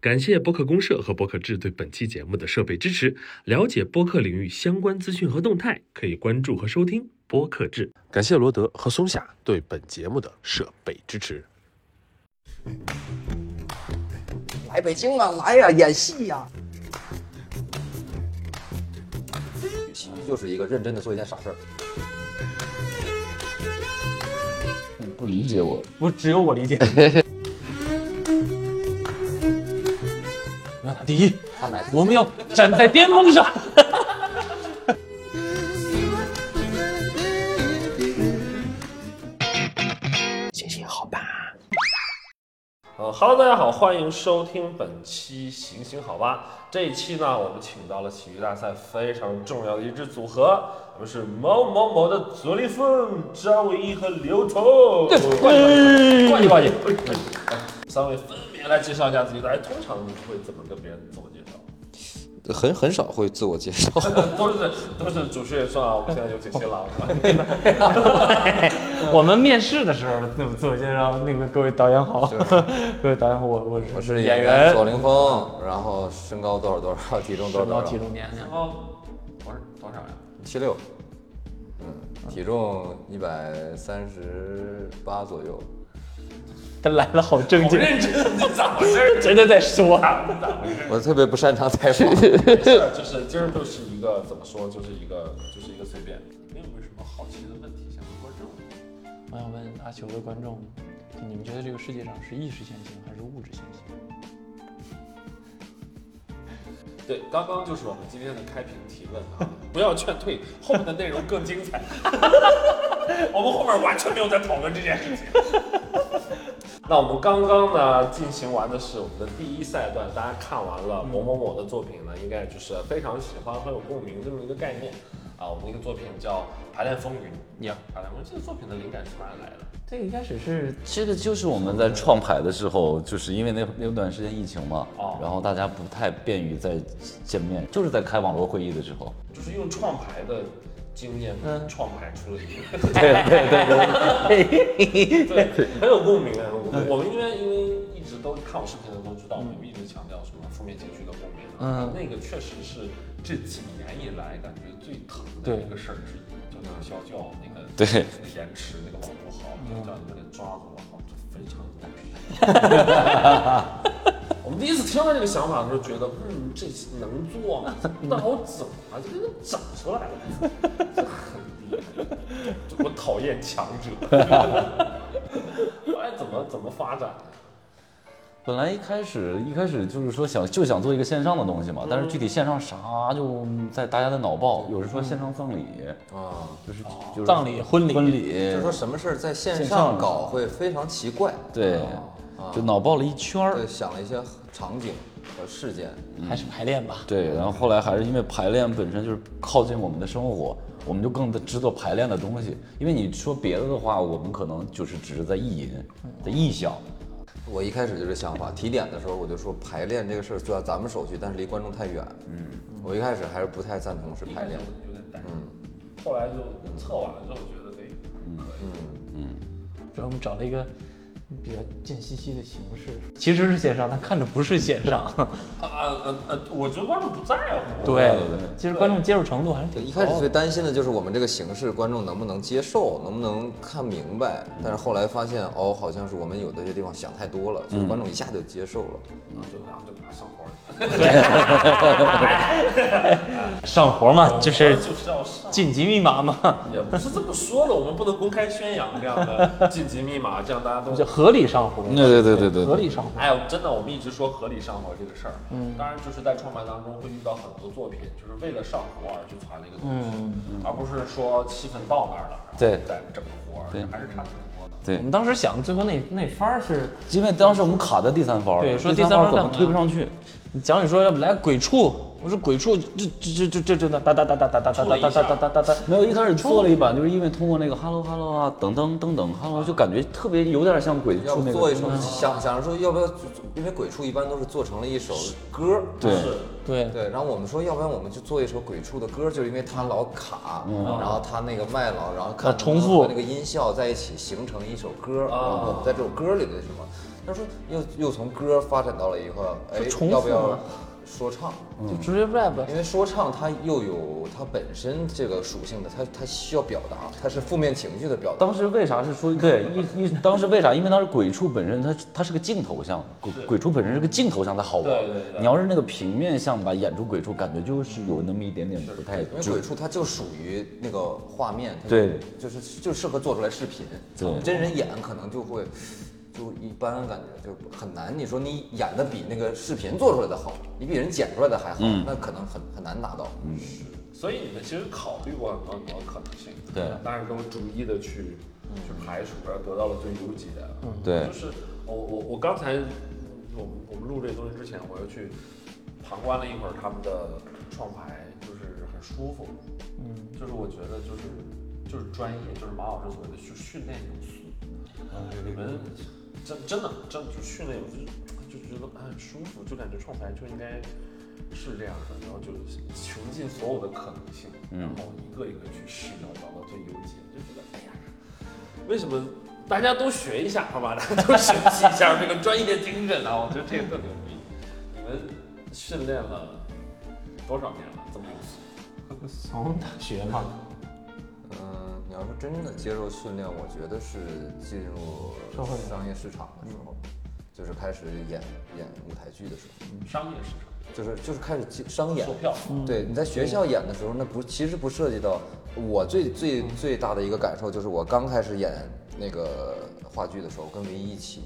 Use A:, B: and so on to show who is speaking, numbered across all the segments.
A: 感谢播客公社和播客志对本期节目的设备支持。了解播客领域相关资讯和动态，可以关注和收听播客志。
B: 感谢罗德和松下对本节目的设备支持。
C: 来北京啊，来呀、演戏呀、
D: 喜剧就是一个认真的做一件傻事儿。
E: 不理解我，
F: 不只有我理解。我要拿第一，我们要站在巅峰上。
G: 呃哈喽，大家好，欢迎收听本期《行行好吧》。这一期呢，我们请到了喜剧大赛非常重要的一支组合，我们是某某某的左立峰、张伟一和刘涛。挂机挂机，三位分别来介绍一下自己，大家通常会怎么跟别人自我介绍？
D: 很很少会自我介绍，
G: 都是都是主持人说啊，我们现在有请新郎。
F: 我们面试的时候，那么自我介绍，那个各位导演 好，各位导演好，我我是
D: 我是
F: 演
D: 演员 左
F: 身
D: 凌峰，然后身高多少多少，体重多少多
F: 高
D: 少，
F: 体重年龄
G: 哦，我是多少呀？
D: 七六，嗯，体重一百三十八左右，
F: 他来的好正
G: 我
F: 经，
G: 认真，你咋回事？
F: 真的在说，
D: 我特别不擅长采访，
G: 是，就是今儿就是一个怎么说，就是一个就是一个随便，没有什么好奇的问题想问观众。
E: 我想问阿球的观众，就你们觉得这个世界上是意识先行还是物质先行？
G: 对，刚刚就是我们今天的开屏提问啊，不要劝退，后面的内容更精彩。 我们后面完全没有在讨论这件事情。那我们刚刚呢进行完的是我们的第一赛段，大家看完了某某某的作品呢，应该就是非常喜欢、很有共鸣这么一个概念啊。我们那个作品叫《排练风云》
E: Yeah
G: 排练风云这个作品的灵感是哪里来的？
E: 这个一开始是
H: 这个就是我们在创牌的时候，就是因为那那段时间疫情嘛，
E: 哦
H: 然后大家不太便于再见面，就是在开网络会议的时候，
G: 就是用创牌的经验，创牌出了一个，对对对对很有共鸣啊！我我们因为因为一直都看我视频的都知道，我们一直强调什么负面情绪的共鸣，嗯，那个确实是这几年以来感觉最疼的一个事儿之一，就那个小教那个
H: 对
G: 那个延迟那个网不好，那个叫那个抓住了，就非常难受。我们第一次听到这个想法的时候，觉得嗯，这能做吗？那我怎么这个长出来了？这很厉害，我讨厌强者。后来怎么怎么发展？
H: 本来一开始一开始就是说想就想做一个线上的东西嘛，
E: 嗯
H: 但是具体线上啥就在大家的脑爆，有人说线上葬礼，
D: 啊，
H: 就是就是
E: 嗯哦葬礼婚礼
H: 婚礼，
D: 就是说什么事儿在线
H: 线上
D: 上搞会非常奇怪，
E: 哦
H: 对，就脑爆了一圈儿
D: 对，，想了一些场景和事件，
E: 还是排练吧？
H: 对，然后后来还是因为排练本身就是靠近我们的生活，我们就更知道排练的东西。因为你说别的的话，我们可能就是只是在意淫，在臆想。
D: 我一开始就这想法，提点的时候我就说排练这个事儿虽然咱们手续，但是离观众太远。嗯，我一开始还是不太赞同是排练。
G: 有点担心。后来就测完了之后觉得得。
E: 主要我们找了一个比较贱兮兮的形式，其实是线上，但看着不是线上。
G: 啊啊啊！我觉得观众不在乎，
E: 对，其实观众接受程度还是
D: 对，一
E: 挺高
D: 开始
E: 的。
D: 最
H: 哦
D: 担心的就是我们这个形式，观众能不能接受，能不能看明白。但是后来发现，哦，好像是我们有的些地方想太多了，
E: 嗯
D: 所以观众一下就接受了。
G: 就拿就拿上活儿，
E: 上活嘛，就是
G: 就是要上。
E: 晋级密码嘛，
G: 也不是这么说的，我们不能公开宣扬这样的晋级密码，这样大家都
E: 就合理上活。
H: 嗯对对对对
E: 合理上活。
G: 哎呦，真的，我们一直说合理上活这个事儿，嗯，当然就是在创办当中会遇到很多作品，就是为了上活而去传的一个东西，而不是说气氛到那儿了，然后
H: 对
G: 再整活，
H: 对
G: 还是差挺多的。
E: 我们当时想最后那那番儿是，
H: 因为当时我们卡在第三方了，
E: 对说
H: 第
E: 第三
H: 方
E: 方
H: 怎么
E: 干嘛
H: 推不上去？
E: 蒋宇说要不来鬼畜，我说鬼畜这这这这这这哒哒哒哒哒哒哒哒哒哒哒哒哒，
H: 没有，一开始做了一版，就是因为通过那个 hello hello 啊，等等等等 hello，就感觉特别有点像鬼
D: 要
H: 畜
D: 不
H: 那
D: 做
H: 个嗯
D: 一。首，想想着说要不要，因为鬼畜一般都是做成了一首歌儿，啊
H: 对
E: 对，
D: 对，然后我们说，要不然我们就做一首鬼畜的歌，就是因为它老卡，然后它那个麦老，然后看
E: 嗯重复
D: 嗯和那个音效在一起形成一首歌，啊，我们在这首歌里的什么。他说又又从歌发展到了一个，哎
E: 就重，复嗯
D: 要不要
E: 了
D: 说唱？
E: 就直接 rap
D: 因为说唱它又有它本身这个属性的，它它需要表达，它是负面情绪的表达。
H: 当时为啥是说对一一？当时为啥？因为当时鬼畜本身它它是个镜头像，鬼鬼畜本身是个镜头像，它好玩。
G: 对对对
H: 你要是那个平面像吧，演出鬼畜感觉就是有那么一点点不太
D: 因为
H: 准
D: 鬼。畜它就属于那个画面，它
H: 对
D: 就是就适合做出来视频，
H: 对
D: 真人演可能就会就一般，感觉就很难。你说你演的比那个视频做出来的好，你比人剪出来的还好，
H: 嗯
D: 那可能很很难达到。
G: 所以你们其实考虑过很多很多可能性，
H: 对
G: 但是都逐一的去、去排除，然后得到了最优解。啊
H: 对
G: 就是我我我刚才我们我们录这东西之前，我又去旁观了一会儿他们的创牌，就是很舒服，嗯，就是我觉得就是就是专业，就是马老师所谓的去训练有素，你们真真的真的就训练有素，就就觉得哎很舒服，就感觉创牌就应该。是这样的，然后就穷尽所有的可能性，然后一个一个去试，然后找到最优解，就觉得哎呀，为什么大家都学一下，好吧？大家都学习一下这 个专业精神啊！我觉得这个特牛逼。你们训练了多少年了？这么有
E: 从大学嘛，
D: 嗯，你要是真的接受训练，我觉得是进入
E: 社会
D: 商业市场的时候，就是开始演演舞台剧的时候，
G: 嗯商业市场
D: 就是就是开始接商演
G: 售。票，
H: 嗯
D: 对，你在学校演的时候，那不其实不涉及到我最
H: 嗯
D: 最最大的一个感受就是我刚开始演那个话剧的时候，跟唯一一起。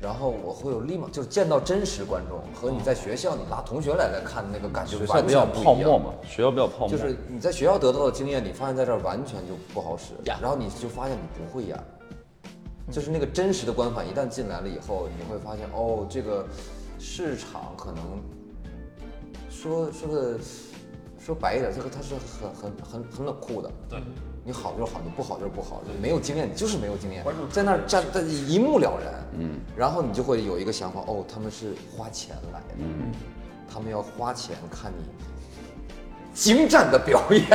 D: 然后我会有立马就是见到真实观众和你在学校你拉同学来来看那个感觉
H: 学校
D: 完
H: 比较
D: 全不一样
H: 泡沫嘛，学校比较泡沫，
D: 就是你在学校得到的经验，你发现在这儿完全就不好使，然后你就发现你不会演，就是那个真实的官反一旦进来了以后，你会发现哦，这个市场可能说说的说白一点，这个它是很很很很冷酷的，
G: 对，
D: 你好就是好，你不好就是不好，你没有经验，你就是没有经验
G: 观众，
D: 在那儿站，但一目了然，嗯，然后你就会有一个想法，哦，他们是花钱来的，嗯，他们要花钱看你精湛的表演，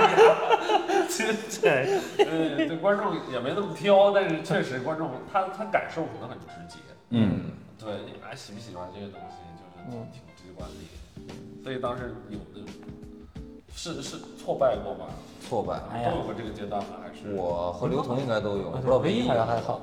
G: 对，呃，对观众也没那么挑，但是确实观众他他感受可能很直接，
H: 嗯，
G: 对，你们还喜不喜欢这个东西，就是挺挺直观的。所以当时有的是是挫败过吧？
D: 挫败。啊
G: 都有过这个阶段吗？还是
D: 我和刘同应该都有，不知道啊
E: 我
D: 唯
E: 唯
D: 一
E: 一好像还好，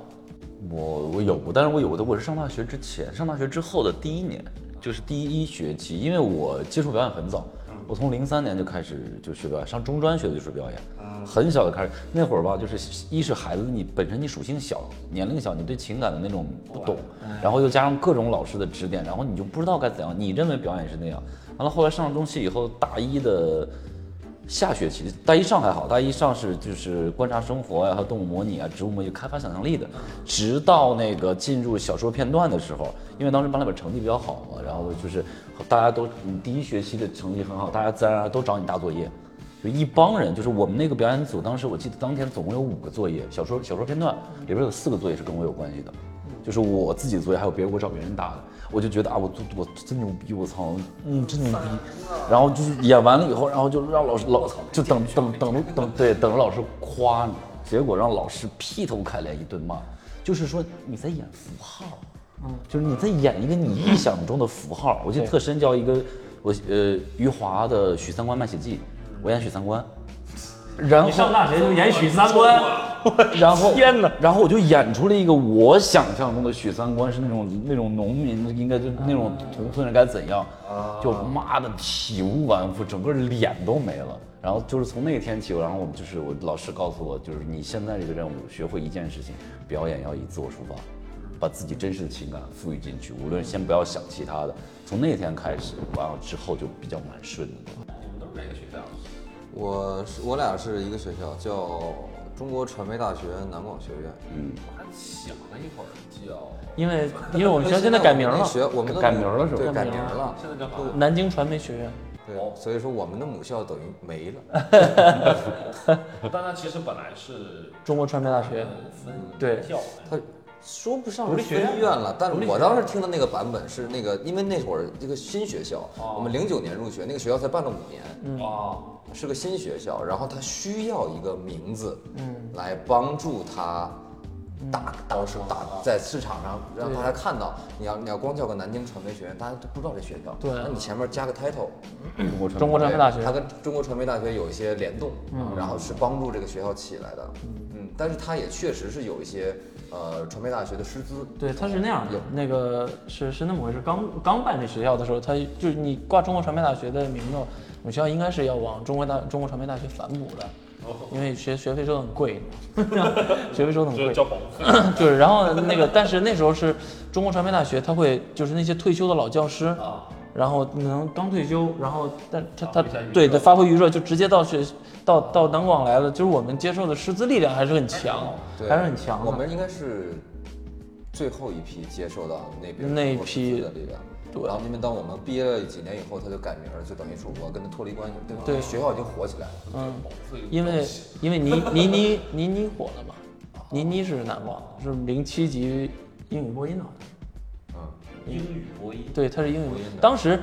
H: 我我有，但是我有的我是上大学之前，上大学之后的第一年，就是第一学期，因为我接触表演很早，我从零三年就开始就学表演，上中专学的就是表演，很小就开始。那会儿吧，就是一是孩子你本身你属性小，年龄小，你对情感的那种不懂，嗯然后又加上各种老师的指点，然后你就不知道该怎样，你认为表演是那样。完了后来上了中戏以后，大一的。下学期大一上还好，大一上是就是观察生活呀、和动物模拟啊、植物模拟，开发想象力的。直到那个进入小说片段的时候，因为当时班里边成绩比较好嘛，然后就是大家都你第一学期的成绩很好，大家自然而然都找你大作业。就一帮人，就是我们那个表演组，当时我记得当天总共有五个作业，小说小说片段里边有四个作业是跟我有关系的，就是我自己的作业，还有别人给我找别人答的，我就觉得啊，我我我真牛逼，我操，嗯，真牛逼。然后就是演完了以后，然后就让老师老就等等等着等对等着老师夸你，结果让老师劈头盖脸一顿骂，就是说你在演符号。就是你在演一个你臆想中的符号。我记得特深叫一个我呃余华的《许三观卖血记》，我演许三观，然后
E: 上大学就演许三观，
H: 然后
E: 天哪！
H: 然后我就演出了一个我想象中的许三观是那种那种农民应该就那种农村人该怎样，就妈的体无完肤，整个脸都没了。然后就是从那天起，然后我们就是我老师告诉我，就是你现在这个任务，学会一件事情，表演要以自我出发，把自己真实的情感赋予进去，无论先不要想其他的。从那天开始，完了之后就比较蛮顺的。
G: 你们都是哪个学校？
D: 我是我俩是一个学校，叫中国传媒大学南广学院。
G: 我还想了一会儿叫
E: 因为因为我
D: 我
E: 们学校现在改名
D: 们
E: 了，
D: 学我们的
H: 改
D: 母
H: 名了是吧
D: 对，改
E: 改名
D: 名了。
G: 现在叫啥？
E: 南京传媒学院。
D: 对，所以说我们的母校等于没了。
G: 但它其实本来是呃
E: 中国传媒大学，
G: 分
E: 对
G: 校
D: 他说不上是分院了，但是我当时听的那个版本是那个，因为那会儿这个新学校，我们零九年入学，那个学校才办了五年，
G: 的啊，
D: 是个新学校，然后它需要一个名字，嗯，来帮助它大大大
E: 啊
D: 在市场上让大家看到，你要你要光叫个南京传媒学院，大家都不知道这学校。
E: 对啊
D: 那你前面加个 title，
H: 中国传
E: 中国传媒大学嗯
D: 对它跟中国传媒大学有一些联动，啊然后是帮助这个学校起来的。嗯，但是它也确实是有一些呃传媒大学的师资。
E: 对，他是那样的
D: 有，
E: 那个是是那么回事。刚刚办这学校的时候，他就是你挂中国传媒大学的名字，我们学校应该是要往中国大中国传媒大学反哺的，因为学学费收的很贵， 学费收的很
G: 就
E: 贵
G: 是。交保护费。
E: 就是，然后那个，但是那时候是中国传媒大学，他会就是那些退休的老教师，然后可能刚退休，然后但他他对他发挥余热，就直接到学到到南广来了，就是我们接受的师资力量还是很强，
D: 对，
E: 还是很强的。
D: 我们应该是最后一批接受到那边
E: 那
D: 中国
E: 批
D: 师资的力量。
E: 对
D: 然后因为当我们毕业了几年以后，他就改名儿，就等于说我跟他脱离关系，对吧？
E: 对
D: 学校已经火起来了。
E: 嗯，因为因为倪 倪妮倪妮火了嘛，倪妮是南广，是零七级英语播音的，好
D: 嗯
E: 像是
H: 英语播音，
E: 对，他是英语播音
D: 音的
E: 当时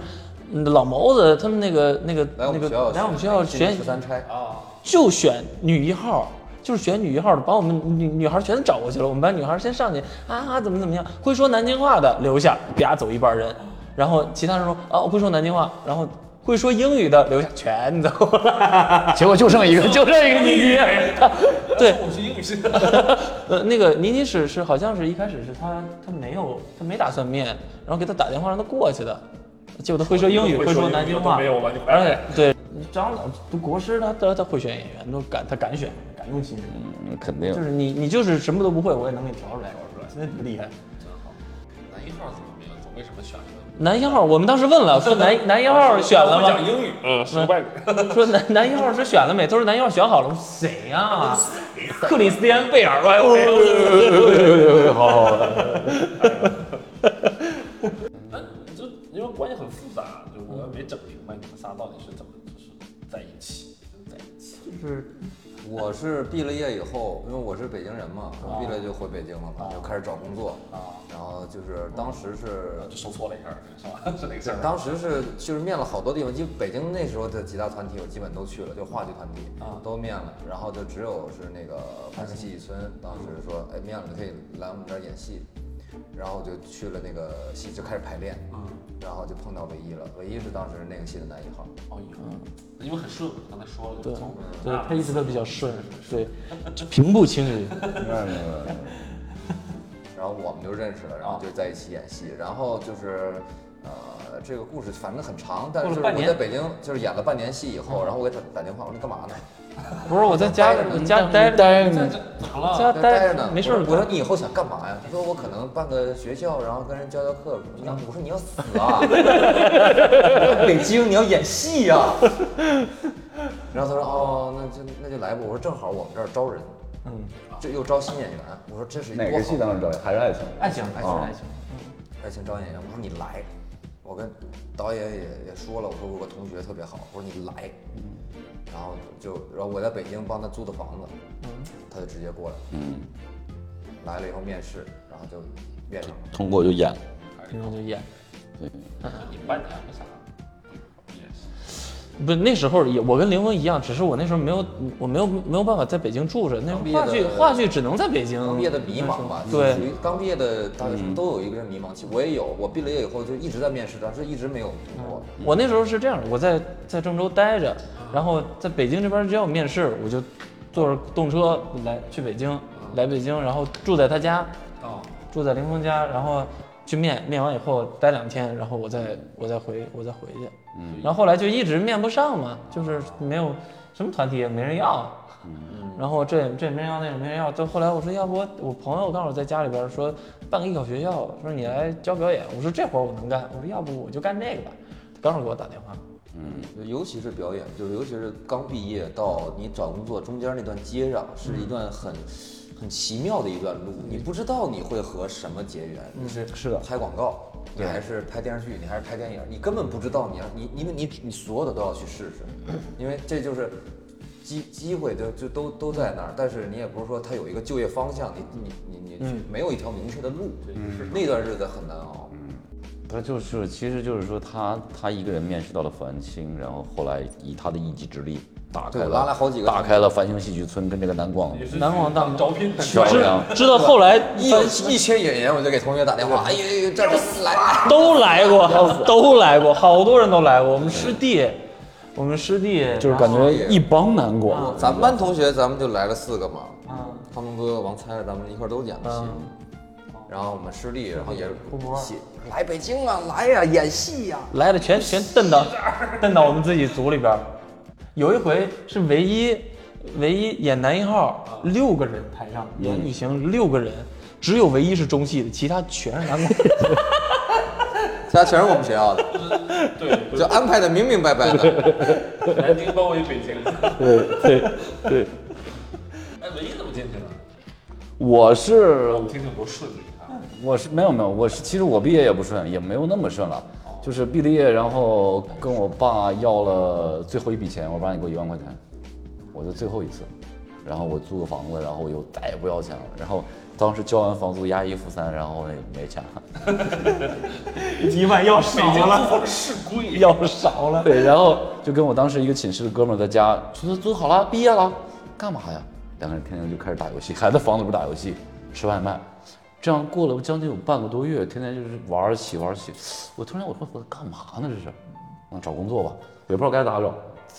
E: 嗯老毛子他们那个那个
D: 来我
E: 那
D: 们
E: 个
D: 学校，
E: 来我们学校选
D: 十三钗啊，
E: 就选女一号，就是选女一号的，把我们女女孩全找过去了。我们班女孩先上去啊，怎么怎么样，会说南京话的留下，啪走一半人，然后其他人说啊，我会说南京话，然后。会说英语的留下全 走了，结果就剩一个，就剩一个妮妮。 对，
G: 我是英语系，
E: 呃，那个倪妮是是好像是一开始是她她没有她没打算面，然后给她打电话让她过去的，结果她会说英语，
G: 会
E: 会
G: 说
E: 说
G: 英
E: 南
G: 语
E: 京
G: 都
E: 话，
G: 没有完哎全
E: 而且对张老读国师，他他他会选演员，都敢他敢选，敢用心，
H: 嗯，肯定
E: 就。是你你就是什么都不会，我也能给你调出来，真厉害。
G: 男一号怎么没有？为什么选的？
E: 男一号，我们当时问了， 说男男一号选了
G: 会
E: 吗
G: 讲？英语，嗯，是个外语。
E: 说 男男一号是选了没？他说男一号选好了。我说谁呀、克里斯蒂安贝尔吧？
H: 好好好。
G: 那哎你就因为关系很复杂，就我也没整明白你们仨到底是怎么就是在一起，在一起。
D: 我是毕了业以后，因为我是北京人嘛，我毕了就回北京了嘛，就开始找工作啊。然后就是当时是
G: 就收错了一下，是吧？ 是那个事儿。
D: 当时是就是面了好多地方，就北京那时候的几大团体我基本都去了，就话剧团体
E: 啊
D: 都面了，然后就只有是那个繁星戏剧村，当时说哎面了你可以来我们这儿演戏，然后我就去了那个戏就开始排练，
E: 啊
D: 然后就碰到唯一了，唯一是当时那个戏的男一 号，
G: 哦，以后因为很顺，刚才说了，就从
E: 对他一直都比较顺，对，平步 青云。
D: 然后我们就认识了，然后就在一起演戏，然后就是。呃，这个故事反正很长，但是
E: 过
D: 就是
E: 了半
D: 我
E: 年嗯
D: 在北京就是演了半年戏以后，然后我给他打电话，我说你干嘛呢？
E: 不是我在家
D: 我
E: 家待着待着，
G: 怎么了？
E: 家
D: 待着呢，
E: 没事儿
D: 我说我说你以后想干嘛呀？他说我可能办个学校，然后跟人教教课。我说我说你要死啊！北京你要演戏呀、 然后他说哦，那就那就来吧。我说正好我们这儿招人，嗯，这又招新演员。我说这是
H: 哪
D: 多
H: 个
D: 好
H: 戏当中找的？还是爱情？
E: 爱情
D: 爱情爱情，爱情哎招演员。我说你来，我跟导演也也说了，我说我有个同学特别好，我说你来，然后就然后我在北京帮他租的房子，他就直接过来，
H: 嗯，
D: 来了以后面试，然后就面上了。
H: 通过就演了。
E: 然后就演。
G: 你半年为啥？也是。
E: 不是那时候也我跟林峰一样，只是我那时候没有我没有没有办法在北京住着，那时候
D: 刚毕业
E: 话剧
D: 的
E: 话剧只能在北京。
D: 刚毕业的迷茫吧，
E: 嗯对
D: 属于刚毕业的大学生都有一个迷茫期，我也有。我毕了业以后就一直在面试，但是一直没有通过。
E: 我那时候是这样的，我在在郑州待着，然后在北京这边只要有面试，我就坐着动车来去北京，来北京，然后住在他家，
G: 哦，
E: 住在林峰家，然后去面面完以后待两天，然后我再我再回我再回去，嗯，然后后来就一直面不上嘛，就是没有什么团体也没人要，嗯，然后这也这也没人要，那也没人要，到后来我说要不我我朋友刚好在家里边说办个艺考学校，说你来教表演，我说这活儿我能干，我说要不我就干这个吧，他刚好给我打电话，
D: 尤其是表演，就是尤其是刚毕业到你找工作中间那段接壤，是
H: 嗯
D: 一段很、很奇妙的一段路，你不知道你会和什么结缘，你是
H: 是的
D: 拍广告，你还是拍电视剧，你还是拍电影，你根本不知道你要你因为你你所有的都要去试试，因为这就是。机机会就就都都在那儿，但是你也不是说它有一个就业方向，你你你你去
H: 嗯
D: 没有一条明确的路，那段日子很难熬。
H: 他就是，其实就是说他他一个人面试到了樊青，然后后来以他的一己之力，打
D: 对
H: 开
D: 我拉了
H: 了
D: 好几个
H: 打开了繁星戏剧村跟这个南广
G: 也是
E: 南广大
G: 当招聘
H: 桥 梁。
E: 知道后来
D: 一有一缺演员，我就给同学打电话，哎呦呦，这儿来，
E: 都来过，都来过，好多人都来过。我们师弟，我们师弟
H: 就是感觉一帮南广，
D: 咱们班同学咱们就来了四个嘛，
H: 嗯
D: 汤姆哥、王猜咱们一块儿都演的戏，然后我们师弟，然后也是戏，
C: 来北京啊，来呀、演戏呀、
E: 来了全全瞪到瞪到我们自己组里边儿。有一回是唯一唯一演男一
F: 啊
E: 号，六个人台上
F: 嗯
E: 演女行六个人，只有唯一是中戏的，其他全是男广。
D: 其他全是我们学校的，
G: 对，
D: 就安排的明明白白的。
G: 南京包围北京。
H: 对对对，
G: 哎，文艺怎么进去的？
H: 我是
G: 我听听多顺利啊！
H: 我是没有没有，我是其实我毕业也不顺，也没有那么顺了，就是毕了业，然后跟我爸要了最后一笔钱，我爸你给我一万块钱，我就最后一次，然后我租个房子，然后我又再也不要钱了，然后当时交完房租押一付三，然后也没钱了，
F: 一万要
G: 北京
F: 少
G: 租
F: 了，
G: 房是贵，
F: 要少了。
H: 对，然后就跟我当时一个寝室的哥们儿在家，租租好了，毕业了，干嘛呀？两个人天天就开始打游戏，还在房子里边打游戏，吃外卖，这样过了将近有半个多月，天天就是玩儿起玩儿起。我突然我说我干嘛呢？这是，那找工作吧，也不知道该咋找，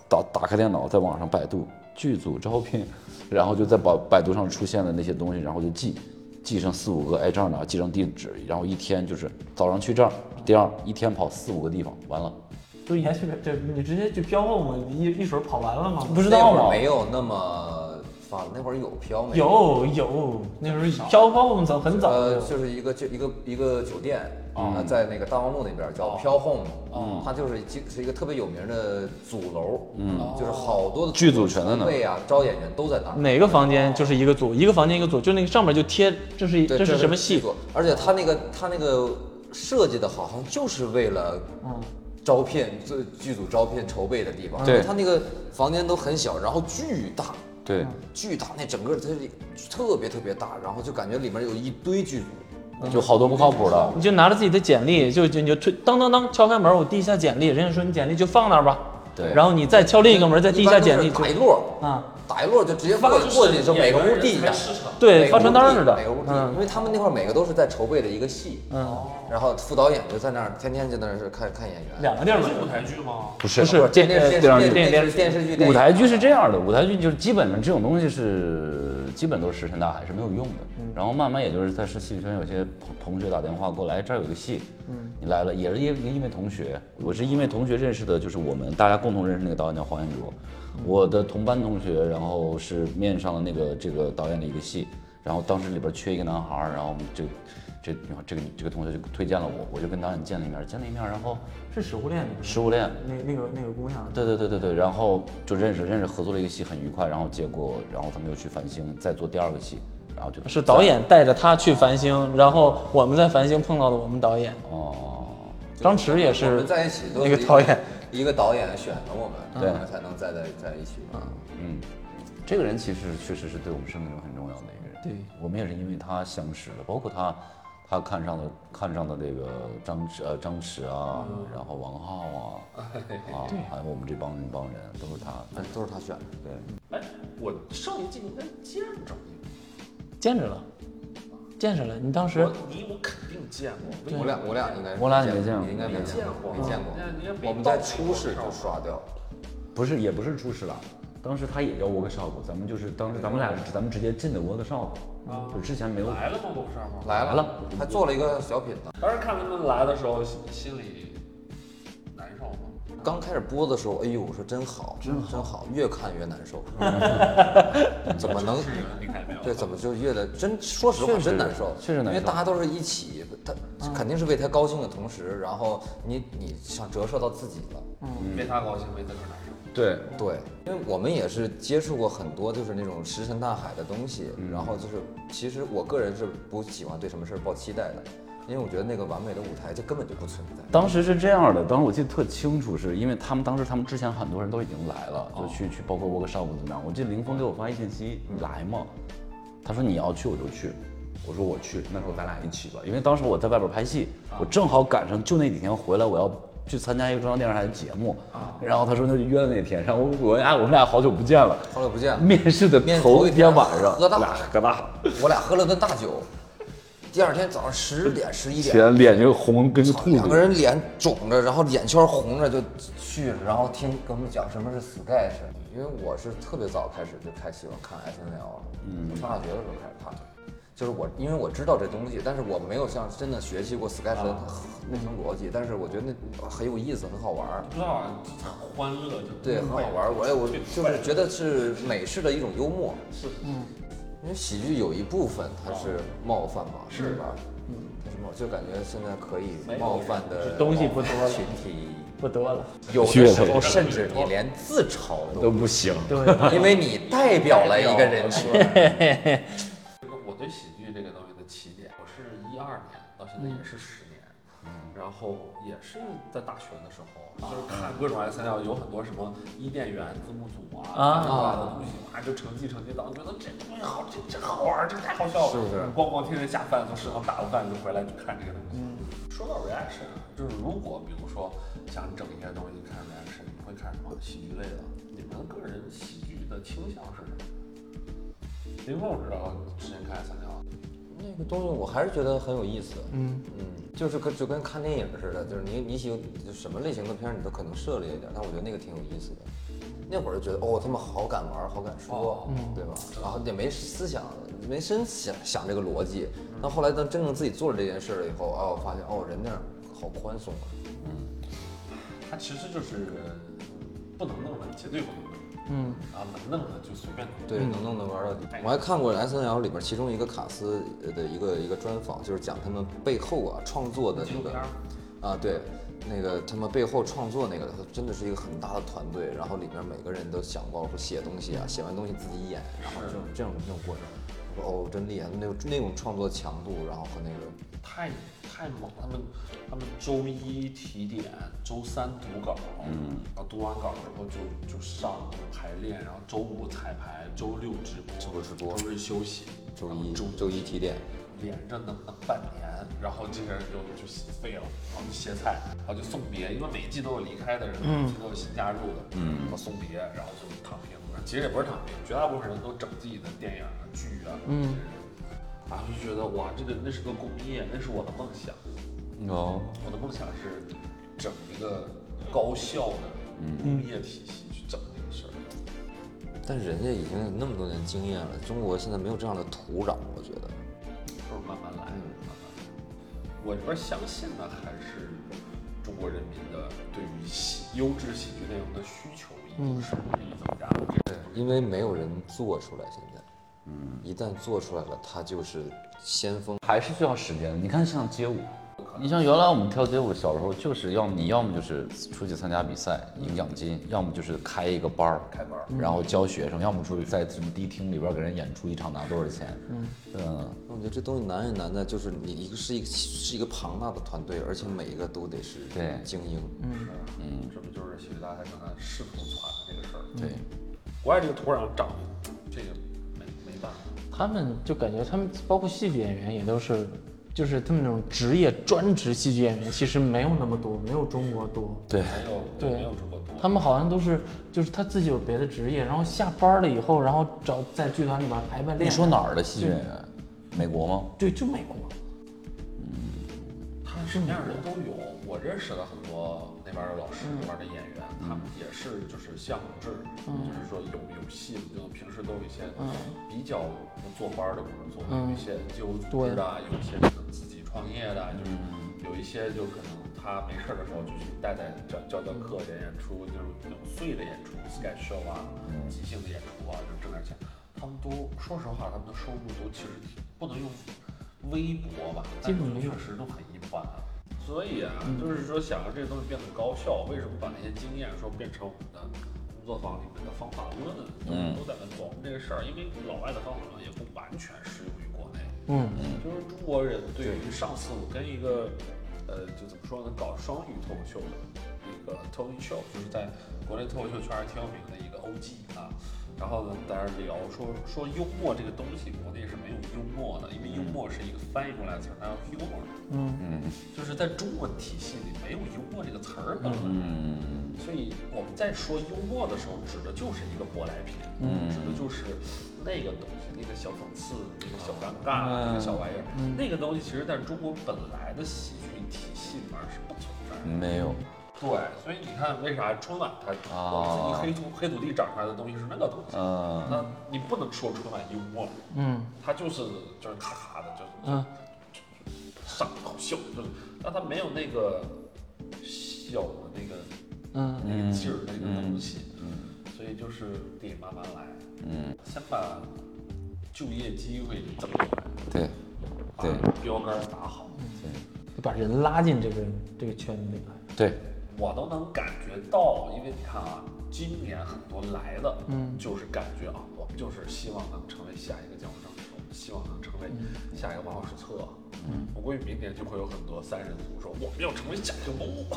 H: 打打开电脑，在网上百度剧组招聘，然后就在百百度上出现的那些东西，然后就记。记上四五个，哎，这儿哪儿？记上地址，然后一天就是早上去这儿，第二一天跑四五个地方，完了
F: 就延续这，你直接就飘后嘛，一一水跑完了吗？
H: 不知
D: 那
E: 啊
H: 道
D: 会
H: 吗
D: 儿？没有那么发，那会儿有飘没？
F: 有有，那时候飘飘我们早很早
D: 呃，
F: 就
D: 就是一个就一个一个酒店，
H: 嗯
D: 啊，在那个大望路那边
H: 哦
D: 叫飘 home，嗯，它就是一是一个特别有名的组楼，嗯，就是好多的
H: 剧组全在那儿
D: 位啊，招演员都在那儿。
E: 哪个房间就是一个组，一个房间一个组，就那个上面就贴这是
D: 对
E: 这是什么戏
D: 剧？组？而且它那个它那个设计的好，像就是为了
E: 嗯
D: 招聘这剧组招聘筹备的地方。
H: 对
D: 它那个房间都很小，然后巨大。
H: 对，
D: 巨大，那整个它是特别特别大，然后就感觉里面有一堆剧组，
E: 嗯
H: 就好多不靠谱的。
E: 你就拿着自己的简历，就就你就推当当当敲开门，我递一下简历，人家说你简历就放那儿吧。
H: 对
E: 然后你再敲另一个门，再递一下简历
D: 般都是打一摞，
E: 啊，
D: 打一摞就直接过过去，就每个屋递一下。
G: 市场
E: 对，发传单似的
D: 每个屋。递，因
E: 嗯
D: 为他们那块儿每个都是在筹备的一个戏，
E: 嗯，
D: 然后副导演就在那儿天天就在那儿看看演员。
F: 两个地儿嘛
G: 是。舞台剧吗？
H: 不是
E: 不是呃
D: 电电视
H: 电视剧
D: 电视电视剧电影
H: 舞台剧是这样的，舞台剧就是基本上这种东西是基本都是石沉大海是没有用的。然后慢慢也就是在是戏剧圈有些同同学打电话过来，这儿有个戏，你来了，也是因为因为同学，我是因为同学认识的，就是我们大家共同认识那个导演叫黄彦卓，我的同班同学，然后是面上了那个这个导演的一个戏，然后当时里边缺一个男孩儿，然后我们这个这个这个这个同学就推荐了我，我就跟导演见了一面，见了一面，然后
E: 嗯
F: 是食物链里
H: 食物链。
F: 那那个那个姑娘，
H: 对对对对对，然后就认识认识，合作了一个戏很愉快，然后结果然后他们又去繁星再做第二个戏，然后就是
E: 导演带着他去繁星，然后我们在繁星碰到的我们导演，
H: 哦，
E: 张弛也
D: 我
E: 是
D: 们在一起都是
E: 那个导演，
D: 一个导演选了我们，
H: 对
D: 我们才能在在在一起。
H: 嗯，这个人其实确实是对我们生命中很重要的一个人，对我们也是因为他相识的，包括他他看上了看上的这个张弛呃张弛啊，然后王浩啊啊，还有我们这帮帮人都是他，
D: 对都是他选的。
H: 对，
G: 哎，我上一季应该见着你，
E: 见着了，见着了。你当时
G: 我你我肯定见过，
D: 我俩我俩应该是
H: 我俩也没见过
D: 你应该没见过，
G: 没
D: 没见
G: 见
D: 过
G: 过嗯那你也。没
D: 我们在
G: 到
D: 初试就刷掉了，
H: 不是也不是出师了。当时他也叫 workshop，咱们就是当时咱们俩是咱们直接进的 workshop，就之前没有
G: 来了吗？不是吗？
D: 来
H: 来了，
D: 还做了一个小品呢。
G: 当时看他们来的时候，心心里难受 吗？
D: 刚开始播的时候，哎呦，我说真好，真好，真好，越看越难受。怎么能？
G: 是你看没有？
D: 对，怎么就越的真？说实话，
H: 确实
D: 真难受，
H: 确实难受嗯
D: 因为大家都是一起，他肯定是为他高兴的同时，然后你你想折射到自己了。
H: 嗯
G: 没他高兴，没自个儿难受。
H: 对
D: 对，因为我们也是接触过很多就是那种石沉大海的东西，
H: 嗯
D: 然后就是其实我个人是不喜欢对什么事儿抱期待的，因为我觉得那个完美的舞台就根本就不存在。
H: 当时是这样的，当时我记得特清楚，是因为他们当时他们之前很多人都已经来了，
D: 哦
H: 就去去包括 workshop 怎么样。我记得林峰给我发一信息，你来嘛，他说你要去我就去，我说
D: 啊
H: 我去，那时候咱俩一起吧，因为当时我在外边拍戏，我正好赶上就那几天回来，我要去参加一个中央电视台的节目，
D: 啊
H: 然后他说那就约了那天，然后我我哎我们俩好久不见了，
D: 好久不见
H: 面试的
D: 面
H: 头
D: 头
H: 一
D: 一
H: 天
D: 天
H: 晚上
D: 喝大
H: 俩喝大了，
D: 我俩喝了顿大酒，第二天早上十点十一点，
H: 脸脸就红跟个兔
D: 两个
H: 子。
D: 人脸肿着，然后眼圈红着就去了，然后听给我们讲什么是 sketch，因为我是特别早开始就开始喜欢看 S N L 了，嗯，上大学的时候开始看的，就是我因为我知道这东西，但是我没有像真的学习过 sketch 的那种逻辑，但是我觉得那很有意思，很好玩儿。
G: 不知道啊，很欢乐就
D: 对，很好玩儿。我也我就是觉得是美式的一种幽默。是，嗯，因为喜剧有一部分它
E: 哦
D: 是冒犯嘛，是吧？嗯，它是冒，就感觉现在可以冒犯的
E: 东西不多了
D: 群 体，
E: 不多了。
D: 有
H: 血
D: 的时
H: 泪
D: 候甚至你连自嘲
H: 都
D: 都，
H: 不行，
D: 因为你代表了一个人群。
G: 这个我对喜剧这个东西的起点，我是一二年到现在也是十年，然后也是在大学的时候，就是看各种 S N L，有很多什么伊甸园字幕组啊，
E: 啊
G: 乱七八糟的东西啊，就成绩成绩到，觉得这东西好，这这好玩，这太好笑了，是不是？咣咣听人下饭，从食堂打过饭就回来就看这个东西。说到 reaction，就是啊如果比如说想整一些东西看 reaction，你会看什么喜剧类的？你们个人喜剧的倾向是什么？林峰我知道，之前看 S N L。
D: 那个东西我还是觉得很有意思。嗯嗯，就是跟就跟看电影似的，就是你你喜欢就什么类型的片儿你都可能涉猎一点，但我觉得那个挺有意思的。那会儿就觉得哦，他们好敢玩，好敢说，对吧？然后也没思想，没深想想这个逻辑。那后来等真正自己做了这件事儿了以后，啊，我发现哦，人那儿好宽松啊。
G: 它其实就是不能弄的，绝对不能弄。嗯，啊，能弄的就随便弄。
D: 对，能弄能玩到底。我还看过 S N L 里边其中一个卡斯呃的一个一个专访，就是讲他们背后啊创作的那个，啊对，那个他们背后创作那个，他真的是一个很大的团队，然后里面每个人都想过会写东西啊，写完东西自己演，然后这种这种这种过程，我说哦真厉害，那种那种创作强度，然后和那个
G: 太太猛了，他们他们周一提点，周三读稿，嗯，然后读完稿之后就就上午排练，然后周五彩排，周六直播，周
D: 六直播
G: 周日休息，啊
D: 周
G: 然后
D: 一
G: 周
D: 周一提点，
G: 连着能能半年，然后这个人就就废了，然后就歇菜，然后就送别，因为每一季都有离开的人，每一季都有新加入的，嗯，然后送别，然后就躺平了。其实也不是躺平，绝大部分人都整自己的电影啊、剧啊，嗯，然后就觉得哇，这个那是个工业，那是我的梦想，
H: 哦，
G: 我的梦想是整一个高效的工业体系去整这个事儿。
D: 但人家已经有那么多年经验了，中国现在没有这样的土壤，我觉得。
G: 就是慢慢来，慢慢来。我这边相信呢，还是中国人民的对于喜优质喜剧内容的需求已经是日益增加了。这是
D: 因为没有人做出来，现在，嗯，一旦做出来了，它就是先锋。
H: 还是需要时间的。你看，像街舞，你像原来我们跳街舞，小时候就是要你要么就是出去参加比赛赢奖金，要么就是开一个班儿，开班儿，然后教学生，要么出去在什么迪厅里边给人演出一场拿多少钱，嗯
D: 我觉得这东西难也难在就是你一个是一个是一个庞大的团队，而且每一个都得是
H: 对
D: 精英。嗯，
G: 嗯，这不就是喜剧大赛刚才试图传的这个事儿？
H: 对，
G: 国外这个土壤长，这个没没办法。
E: 他们就感觉他们包括戏剧演员也都是，就是他们那种职业专职戏剧演员其实没有那么多，没有中国多。
H: 对，
G: 没有
E: 对
G: 没有中国多。
E: 他们好像都是就是他自己有别的职业，然后下班了以后，然后找在剧团里边排排练。
H: 你说哪儿的戏剧演员？美国吗？
E: 对，就美国。
G: 他什么样的嗯人都有。我认识了很多那边的老师，那边的演员，他们也是就是项目制，就是说有有戏，就平时都有一些比较不坐班儿的工作，有一些就组织的，有一些可能自己创业的，就是有一些就可能他没事儿的时候就去带带教教教课、演演出，就是那种碎的演出，sketch show 啊，即兴的演出啊，就挣点钱。他们都说实话，他们的收入都其实挺不能用微薄吧，但是确实都很一般。所以啊，就是说想让这个东西变得高效，为什么把那些经验说变成我们的工作坊里面的方法论？
H: 嗯
G: 都在问我们这个事儿，因为老外的方法论也不完全适用于国内。
E: 嗯，
G: 就是中国人对于上次我跟一个呃，就怎么说呢，搞双语脱口秀的一个脱口秀，就是在国内脱口秀圈儿挺有名的一个 OG 啊。然后呢，在那儿聊说说幽默这个东西，国内是没有幽默的，因为幽默是一个翻译过来的词儿，它叫 humor，就是在中文体系里没有幽默这个词儿本来。
H: 嗯
G: 所以我们在说幽默的时候，指的就是一个舶来品，
H: 嗯
G: 指的就是那个东西，那个小讽刺，那个小尴
H: 嗯
G: 尬，那个小玩意儿，那个东西其实在中国本来的喜剧体系里面是不存在的。
H: 没有，
G: 对，所以你看，为啥春晚它我
H: 啊
G: 们自己黑土黑土地长出来的东西是那个东西？
H: 嗯，
G: 那你不能说春晚幽默，
E: 嗯
G: 它就是就是咔咔的，就是
E: 嗯，
G: 上好笑，就是，但它没有那个笑的那个
E: 嗯
G: 那个劲儿那个东西，所以就是得慢慢来，
H: 嗯，
G: 先把就业机会怎么来，
H: 对，对，
G: 把标杆打好，
E: 就把人拉进这个这个圈子里来。
H: 对，
G: 我都能感觉到，因为你看啊，今年很多来的，嗯，就是感觉啊，我们就是希望能成为下一个姜文正我们希望能成为下一个王老史策。嗯，我估计明年就会有很多三人组说我们要成为下一个某某，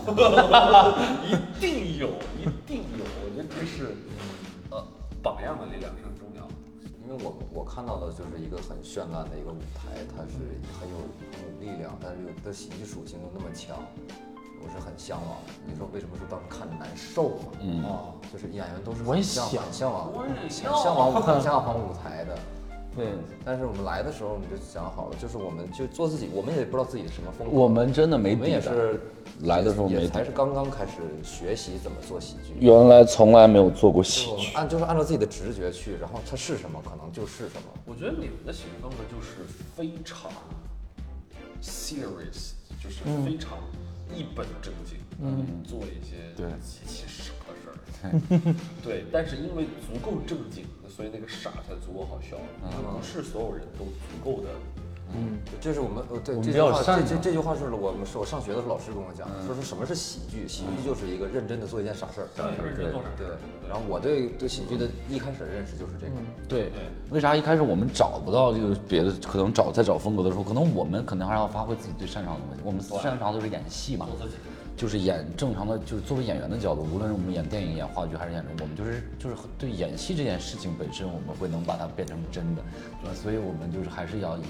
G: 一定有，一定有，我觉得这是呃榜样的力量是很重要的。
D: 因为我我看到的就是一个很绚烂的一个舞台，它是很有很有力量，但是又的喜剧属性又那么强，我是很向往的。你说为什么说当时看着难受嘛？嗯啊，就是演员都是
E: 我
D: 很
E: 也
D: 向
E: 想
D: 很向往，
G: 我也
D: 很
G: 要
D: 向往很向往舞台的。
H: 对，
D: 但是我们来的时候，我们就想好了，就是我们就做自己，我们也不知道自己是什么风格。
H: 我们真的没
D: 我
H: 底
D: 们也
H: 的
D: 是
H: 来的时候
D: 也
H: 没底
D: 才是刚刚开始学习怎么做喜剧。
H: 原来从来没有做过
D: 就是
H: 喜
D: 我们
H: 剧，
D: 按就是按照自己的直觉去，然后它是什么，可能就是什么。
G: 我觉得你们的喜剧风格就是非常 serious，就是非常一本正经，嗯，做一些
H: 对
G: 极其傻的事儿，对，但是因为足够正经，所以那个傻才足够好笑，因
H: 嗯
G: 为不是所有人都足够的。
D: 这是我们呃对这
H: 比
D: 句
H: 较
D: 话，这
H: 擅
D: 这
H: 长
D: 这句话是我们是我上学的时候老师跟我讲，
H: 嗯
D: 说是什么是喜剧，喜剧就是一个认真的做一件傻事儿，
G: 对认真做傻事
D: 对
G: 儿对
D: 对。然后我对对喜剧的一开始认识就是这个，
H: 对，为啥一开始我们找不到就是别的，可能找在找风格的时候，可能我们可能还要发挥自己最擅长的东西，我们擅长就是演戏嘛，就是演正常的，就是作为演员的角度，无论是我们演电影、演话剧还是演什么，我们就是就是很对演戏这件事情本身，我们会能把它变成真的，对，所以我们就是还是要以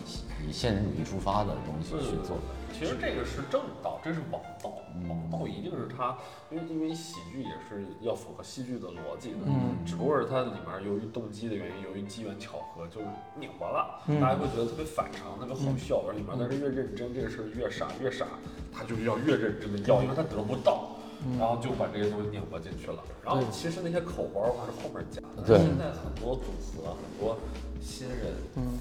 H: 以现实主义出发的东
G: 嗯
H: 西去做，
G: 其实这个是正道，这是王道，
H: 嗯
G: 王道一定是他，因为因为喜剧也是要符合戏剧的逻辑的，
H: 嗯
G: 只不过是它里面由于动机的原因，由于机缘巧合就拧巴了，
H: 嗯
G: 大家会觉得特别反常，特别好笑，而里面但是越认真，这个事儿越傻越傻，他就是要越认真的要，因为他得不到。
H: 嗯
G: 然后就把这些东西拧巴进去了。然后其实那些口包是后面加的。
H: 对
G: 现在很多组合，很多新人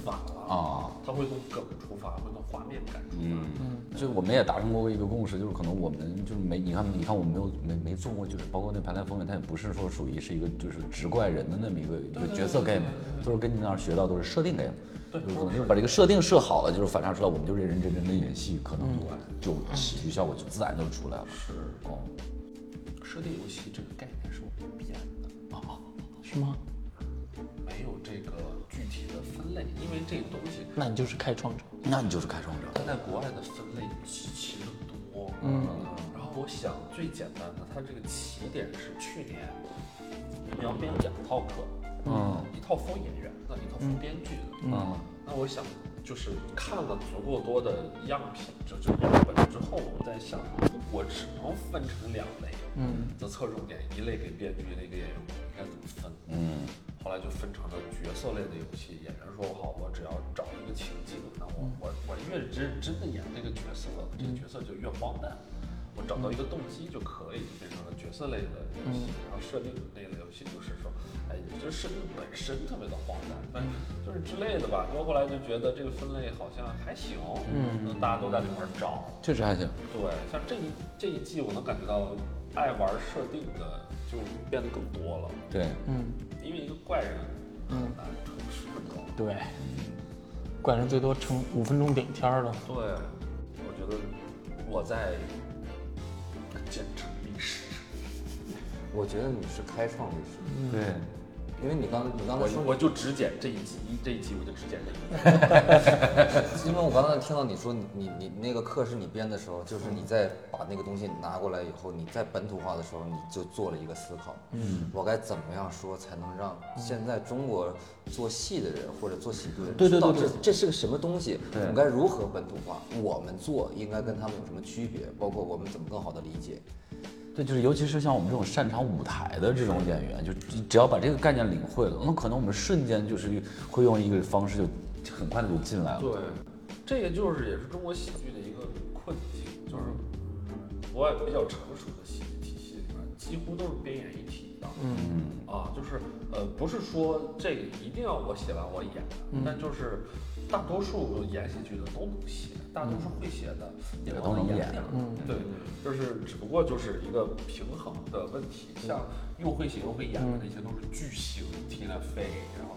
G: 反了
H: 啊嗯
G: 他会从梗出发，会从画面感出发。
H: 就我们也达成过一个共识，就是可能我们就是没你看你看我们没有没没做过，就是包括那《排练封面》，它也不是说属于是一个就是直怪人的那么一个一个角色 game，都是跟你那儿学到都是设定 game，就是可能就把这个设定设好了，就是反差出来，我们就认认真真的演戏，可能就就喜剧效果就自然就出来了。是哦，
G: 设定游戏这个概念是我们编的啊，
E: 是吗？
G: 没有这个具体的分类，因为这个东西
E: 那你就是开创者。
H: 那你就是开创者。
G: 在国外的分类极其的多。嗯，然后我想最简单的，它这个起点是去年苗编两套课，
H: 嗯
G: 一套封演员的，一套封编剧的。啊
H: 嗯
G: 那我想就是看了足够多的样品，就这样本之后，我在想，我只能分成两类，嗯，的侧重点，一类给编剧，一类给演员，我应该怎么分？
H: 嗯
G: 后来就分成了角色类的游戏。演员说好，我只要找一个情境，那我我我越认真的演这个角色，这个角色就越荒诞。我找到一个动机就可以，就变成了角色类的游戏。然后设定类的游戏就是说，哎，你这设定本身特别的荒诞，但就是之类的吧。包括后来就觉得这个分类好像还行，嗯，大家都在里面找。
H: 确实还行。
G: 对，像这一这一季，我能感觉到爱玩设定的就变得更多了。
H: 对，
G: 因为一个怪人很难成事的。
E: 对，怪人最多撑五分钟顶天儿了。
G: 对，啊我觉得我在见证历史。
H: 嗯
D: 我觉得你是开创历史，
H: 对，
D: 因为你刚你刚才说
G: 我我就只剪这一集，这一集我就只剪这一个。
D: 因为我刚才听到你说你你你那个课是你编的时候，就是你在把那个东西拿过来以后，你在本土化的时候，你就做了一个思考，嗯，我该怎么样说才能让现在中国做戏的人或者做喜剧的人
H: 对
D: 知
H: 对
D: 道
H: 对
D: 这
H: 对
D: 这是个什么东西，我
H: 对
D: 们该如何本土化，我们做应该跟他们有什么区别，包括我们怎么更好的理解，
H: 对，就是尤其是像我们这种擅长舞台的这种演员，就只只要把这个概念领会了，那可能我们瞬间就是会用一个方式就很快的就进来了。
G: 对，这个就是也是中国喜剧的一个困境，就是国外比较成熟的喜剧体系里面，几乎都是边演一体的。嗯啊，就是呃，不是说这个一定要我写完我演，但就是大多数演喜剧的都能写，大多数会写的也
H: 都能
G: 演
H: 演
G: 点儿。对，就是只不过就是一个平衡的问题。像又会写又会演的那些都是巨星，Tina Fey，然后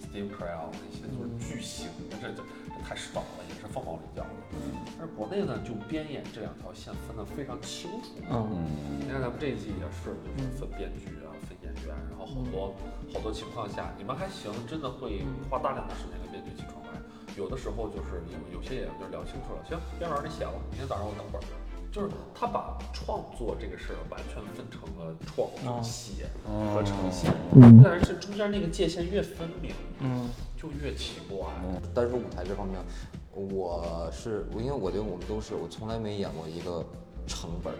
G: Steve Carell 那些都是巨星，这这这太少了，也是凤毛麟角的。而国内呢，就边演这两条线分得非常清楚。嗯，你看咱们这一季也是，就是分编剧啊，分演员，然后好多好多情况下，你们还行，真的会花大量的时间跟编剧起床来。有的时候就是有有些演员就聊清楚了，行，编完你写了，明天早上我等会儿。就是他把创作这个事儿完全分成了创写
D: 哦
G: 和呈现，
D: 嗯
G: 但是中间那个界限越分明，嗯，就越奇怪。
D: 但是舞台这方面，我是我因为我觉得我们都是我从来没演过一个成本，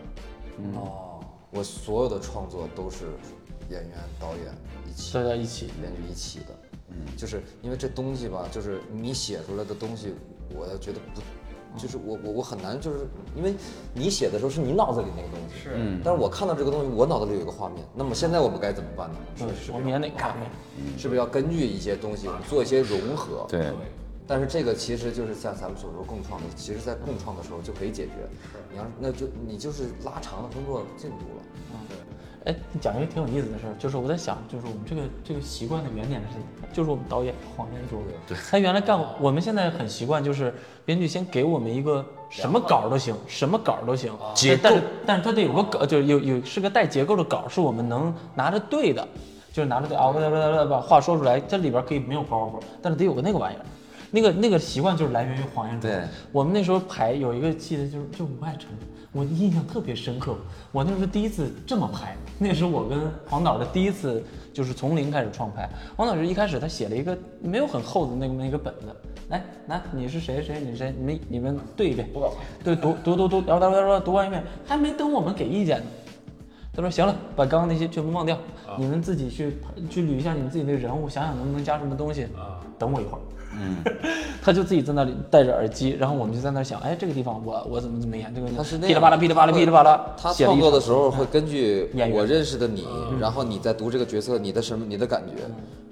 D: 哦，我所有的创作都是演员、导演一起
E: 大家一起，
D: 编剧一起的，嗯，就是因为这东西吧，就是你写出来的东西，我觉得不，就是我我我很难，就是因为你写的时候是你脑子里那个东西，是，嗯但是我看到这个东西，我脑子里有一个画面，那么现在我们该怎么办呢？是不是
E: 我们演哪个方面？
D: 是不是要根据一些东西我们做一些融合？
H: 对，
D: 但是这个其实就是像咱们所说共创的，其实在共创的时候就可以解决。你要是那就你就是拉长了工作进度了。
E: 哎，你讲一个挺有意思的事儿，就是我在想，就是我们这个这个习惯的原点是，就是我们导演黄连卓， 他原来干过，我们现在很习惯，就是编剧先给我们一个什么稿儿都行，什么稿儿都行，结但是但是他得有个稿，就是有有是个带结构的稿儿，是我们能拿着对的，就是拿着对啊，我我我把话说出来，这里边可以没有包袱，但是得有个那个玩意儿。那个那个习惯就是来源于黄彦
D: 对，
E: 我们那时候排有一个记得就是就母爱城，我印象特别深刻。我那时候第一次这么排，那是我跟黄导的第一次，就是从零开始创排。黄导是一开始他写了一个没有很厚的那个那个本子，来来你是谁谁你是谁，你们你们对一遍，对读读读读，然后他说读完一遍，还没等我们给意见呢。他说：“行了，把刚刚那些全部忘掉，你们自己去去捋一下你们自己的人物，想想能不能加什么东西。等我一会儿。”嗯， 他就自己在那里戴着耳机，然后我们就在那儿想，哎，这个地方我我怎么怎么演，这个地方
D: 他是那
E: 噼里啪啦
D: 样他会
E: 噼里啪啦噼里啪啦，
D: 他
E: 写了
D: 创
E: 一
D: 作的
E: 场
D: 时候会根据
E: 演员
D: 我认识的你，然后你在读这个角色，你的什么，你的感觉，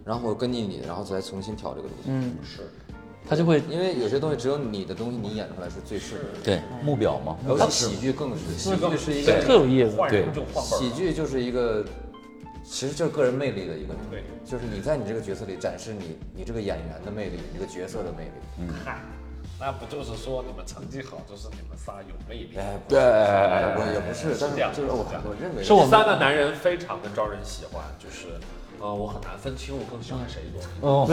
D: 然后我根据你，然后再重新调这个东西。嗯，
E: 他就会
D: 因为有些东西只有你的东西，你演出来是最适合的。
H: 对，目标嘛，
D: 尤其喜剧更是，喜剧是一
E: 特
D: 个
E: 有意思。
G: 换人就换本
D: 喜
G: 儿，
D: 剧就是一个，其实就是个人魅力的一个，
G: 对，
D: 就是你在你这个角色里展示你你这个演员的魅力，你这个角色的魅力。
G: 嗨，那不就是说你们成绩好，就是你们仨有魅力。
D: 哎，对，我也不是，但
G: 是这样
D: 是就是我我认为
E: 是我们
G: 三个男人非常的招人喜欢，就是，呃，我很难分清我更喜欢谁多。嗯
E: 哦，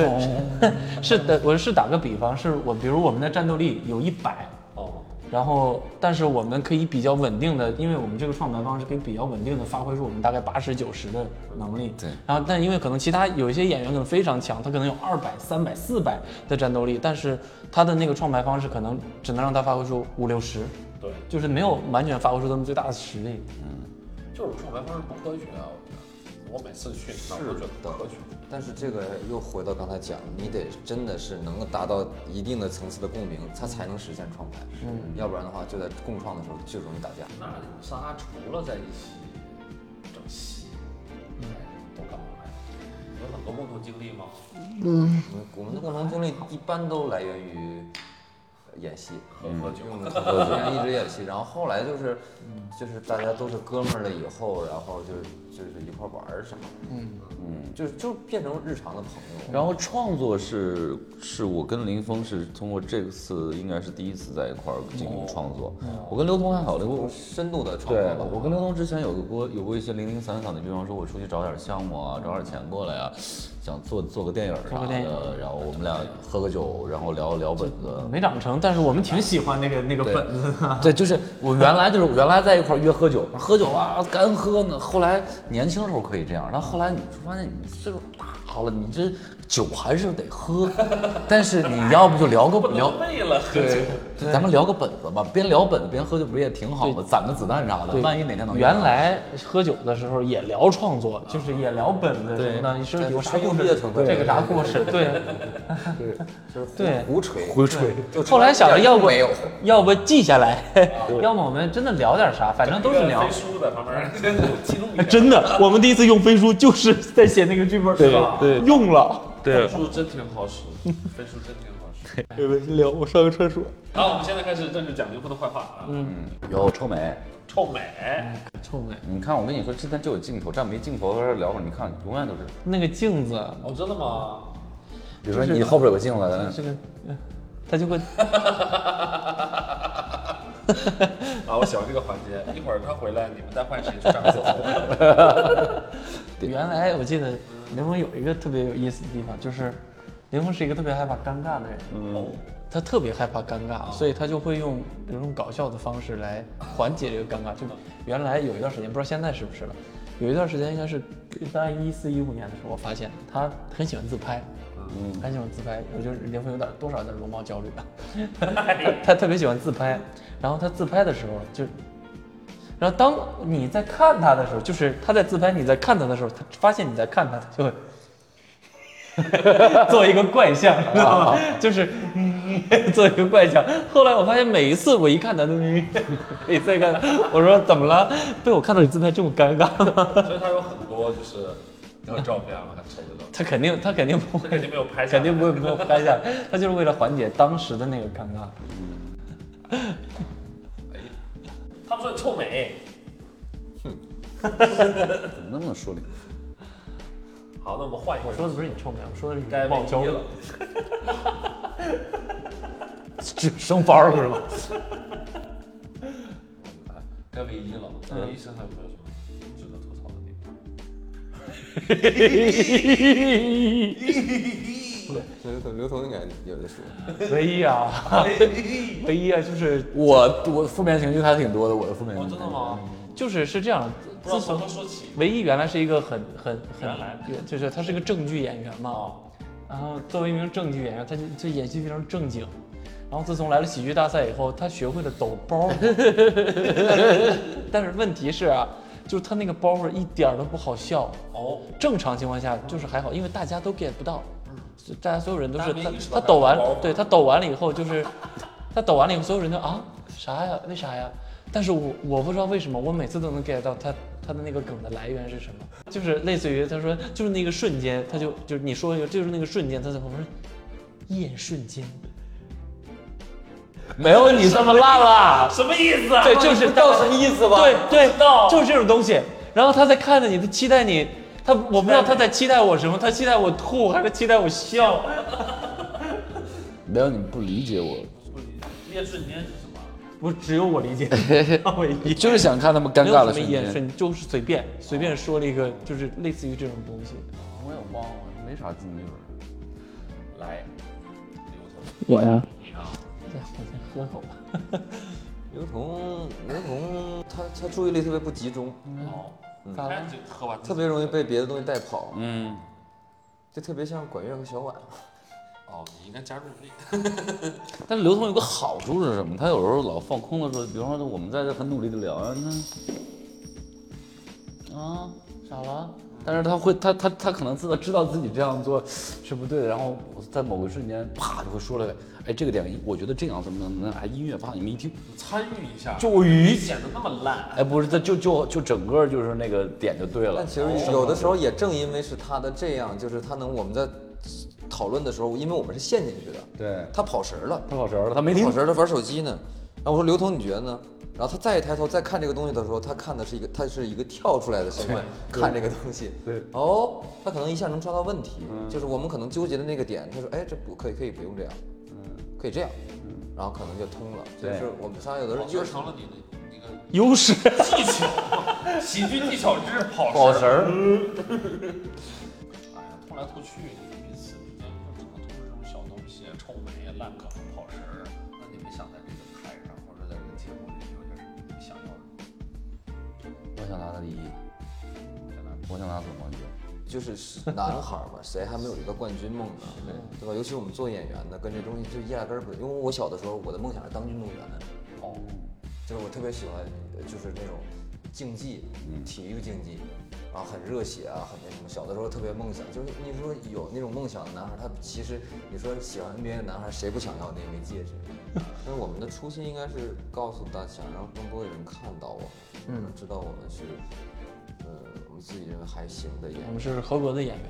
E: 对， 是的，我是打个比方，是我比如我们的战斗力有一百，
G: 哦，
E: 然后但是我们可以比较稳定的，因为我们这个创盘方式可以比较稳定的发挥出我们大概八十九十的能力。
H: 对
E: 然后但因为可能其他有一些演员可能非常强，他可能有二百、三百、四百的战斗力，但是他的那个创牌方式可能只能让他发挥出五六十，
G: 对，
E: 就是没有完全发挥出他们最大的实力。
G: 就是创牌方式不科学啊，我觉得。我每次去你那儿都觉得不科学。
D: 但是这个又回到刚才讲，你得真的是能够达到一定的层次的共鸣，它才能实现创牌。嗯，要不然的话，就在共创的时候就容易打架。
G: 那你们仨除了在一起整戏，
E: 嗯
G: 哎都干嘛呀？有很多共同经历吗？
D: 我们我们的共同经历一般都来源于演戏，
G: 喝喝酒，
D: 用口头语言一直演戏，然后后来就是就是大家都是哥们儿了以后，然后就就是一块儿玩儿啥，嗯嗯，就就变成日常的朋友。
H: 然后创作是是我跟林峰是通过这次应该是第一次在一块儿进行创作。我跟刘同还好，刘同
D: 深度的创
H: 对
D: 作吧，
H: 我跟刘同之前有个过有过一些零零散散的，比方说我出去找点项目啊，找点钱过来啊，想做做个电影啥
E: 电影
H: 的，然后我们俩喝个酒，然后聊聊本子。
E: 没长成，但是我们挺喜欢那个那个
H: 对
E: 本子的。
H: 对，就是我原来就是原来在一块儿约喝酒，喝酒啊，干喝呢。后来年轻的时候可以这样，但后来你就发现你岁数大了，你这酒还是得喝，但是你要不就聊个聊，
G: 为了喝酒
H: 对，就咱们聊个本子吧，边聊本子边喝酒不是也挺好吗？攒个子弹啥的，
E: 对
H: 万一哪天
E: 嗯
H: 能
E: 原来喝酒的时候也聊创作，就是也聊本子什么的，你是有啥
D: 吹牛
E: 故
D: 逼的
E: 事
D: 成，分
E: 这个啥故事，对。
D: 就是胡
E: 对
D: 胡吹，
H: 回吹，
D: 就
E: 后来想着，要不
D: 没有，
E: 要不记下 来，要么我们真的聊点啥，反正都是聊
G: 飞。书在旁边， 其中一
E: 哎
G: 人
E: 真的，我们第一次用飞书就是在写那个剧本，对对，用了。
G: 飞书真挺好使，飞书真挺好 使。
E: 聊，我上个厕所。
G: 好，我们现在开始正式讲牛粪的坏话啊，
E: 嗯
H: 有臭美。
G: 臭美，
E: 臭美，
H: 你看，我跟你说，这咱就有镜头，这样没镜头在这聊会儿，你看永远都是，
E: 那个镜子，
G: 哦，真的吗？
H: 比如说你后边有个镜子，咱
E: 这个，呃它就会
G: 啊，我喜欢这个环节，一会儿他回来，你们再换谁去上厕所。
E: 原来我记得林峰有一个特别有意思的地方，就是林峰是一个特别害怕尴尬的人，他特别害怕尴尬，所以他就会用有种搞笑的方式来缓解这个尴尬。就原来有一段时间，不知道现在是不是了，有一段时间应该是大概一四一五年的时候，我发现他很喜欢自拍。嗯，很喜欢自拍，我觉得林峰有点多少有点容貌焦虑啊，他他特别喜欢自拍，然后他自拍的时候就然后当你在看他的时候，就是他在自拍，你在看他的时候，他发现你在看他，他 就会做一个怪象，知道吗？就是嗯做一个怪象。后来我发现每一次我一看他都，每一次看他，我说怎么了？被我看到你自拍这么尴尬 吗？
G: 所以他有很多就是有照片啊嘛，很丑的照片，
E: 他肯定，他肯定不
G: 他
E: 会
G: 肯，定没有拍下
E: 肯
G: 来，
E: 定不会不会拍下来，他就是为了缓解当时的那个尴尬。
G: 他们说你臭美。
H: 怎么那么说理？
G: 好，那我们换一个
E: 我
G: 人，
E: 说的不是你臭美，我说的是
G: 该
E: 你
G: 被
E: 冒
G: 踢
E: 焦虑
G: 了。。
H: 这升班了是 吗？
G: 该唯一了，在
E: 嗯
G: 唯一身上有没有什么值得吐槽的地 方？
D: 刘同刘同应该有的说，
E: 唯一啊，唯一啊，就是
H: 我我负面情绪还挺多的，我的负面情绪。
G: 哦真的吗？
E: 就是是这样，
G: 不知道
E: 自
G: 从
E: 从
G: 何说起。
E: 唯一原来是一个很很很
G: 原来哦
E: 就是他是个正剧演员嘛，然后作为一名正剧演员，他就就演戏非常正经。然后自从来了喜剧大赛以后，他学会了抖 包，但是问题是啊，就是他那个包袱一点儿都不好笑。
G: 哦，
E: 正常情况下就是还好，因为大家都 get 不到，就大家所有人都是
G: 大家
E: 他
G: 没意识到
E: 他抖完
G: 他是包，袱
E: 对他抖完了以后就是， 他抖完了以后所有人都啊啥呀为啥呀？但是我我不知道为什么我每次都能 get 到他他的那个梗的来源是什么，就是类似于他说就是那个瞬间，他就就是你说一个就是那个瞬间，他在旁边一眼瞬间，没有你这么烂了。
G: 什么意思啊？
E: 对，就是到什么意思吧？对对
G: 知道，
E: 就是这种东西。然后他在看着你，他期待你，他我不知道他在期待我什么，他期待我吐还是期待我笑？
H: 没有，你不理解 我，
G: 夜瞬间是什么？
E: 不，只有我理解，唯一。
H: 就是想看他们尴
E: 没
H: 尬
E: 有
H: 的
E: 什么
H: 瞬
E: 眼
H: 间。
E: 神，就是随便随便说了一个，就是类似于这种东西。
H: 我也忘了，没啥经历。
G: 来，
E: 我呀，再我先喝口吧。
D: 刘同刘同他他注意力特别不集中，
E: 嗯咋了
G: 看就喝完，
D: 特别容易被别的东西带跑，
H: 嗯，
D: 就特别像管乐和小婉。
G: 哦，你应该加入那个。
H: 但是刘同有个好处是什么？他有时候老放空的时候，比方说我们在这很努力的聊啊，你看，啊，咋了？但是他会，他他他可能自知道自己这样做是不对的，然后在某个瞬间啪就会说了，哎，这个点我觉得这样怎么怎么怎么，哎，音乐啪你们一听，
G: 参与一下，
H: 就鱼
G: 显得那么烂。
H: 哎，不是，他就就就整个就是那个点就对了
D: 但。其实有的时候也正因为是他的这样，就是他能我们在讨论的时候，因为我们是陷进去的，
H: 对
D: 他跑神儿了，
H: 他跑神儿了，他没
D: 没
H: 听
D: 跑。神儿了，玩手机呢。然后我说刘彤，你觉得呢？然后他再一抬头再看这个东西的时候，他看的是一个，他是一个跳出来的身份看这个东西。
H: 对，嗯
D: 哦，他可能一下能抓到问题，就是我们可能纠结的那个点。他说，哎，这不可以，可以不用这样，可以这样，然后可能就通了。这
H: 嗯对哦
D: 是我们上有的人
G: 就
D: 就是
G: 是成了你的那个
H: 优势，
G: 技巧，喜剧技巧之跑
H: 跑
G: 神
H: 神
G: 儿。
H: 儿，
G: 哎呀，吐来吐去，彼此之间就可能都是这种小东西，啊臭美、烂梗、跑神儿。那你们想在这个台上，或者在这个节目里有点什么你们想要的？
H: 我想拿他第一，我想拿总冠军。
D: 就是是男孩儿嘛， 谁还没有一个冠军梦呢？对对吧？尤其我们做演员的，跟这东西就压根儿不。因为我小的时候，我的梦想是当运动员，
G: 哦，
D: 就是我特别喜欢，呃就是那种竞技，体育竞技，啊，很热血啊，很那什么。小的时候特别梦想，就是你说有那种梦想的男孩儿，他其实你说喜欢 NBA 的男孩儿，谁不想要那枚戒指？但是我们的初心应该是告诉大家，让更多的人看到我们，让人知道我们是，呃，我们自己认为还行的演员
E: 我。们是合格的演员，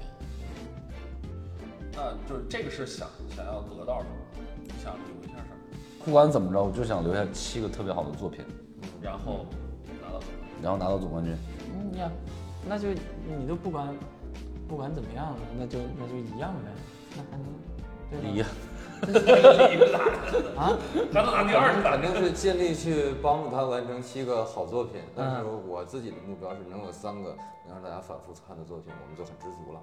G: 那就是这个是想想要得到什么，你想留下什么，
H: 不管怎么着，我就想留下七个特别好的作品，
G: 然后拿到什么？
H: 然后拿到总冠军。
E: 嗯呀，那就你都不管不管怎么样了，那就那就一样呗，那还能对吧？
H: 一样，
E: 啊，
G: 还能拿第二十
D: 反
G: 版
D: 正是尽力去帮助他完成七个好作品，但是我自己的目标是能有三个能让大家反复看的作品，我们就很知足了。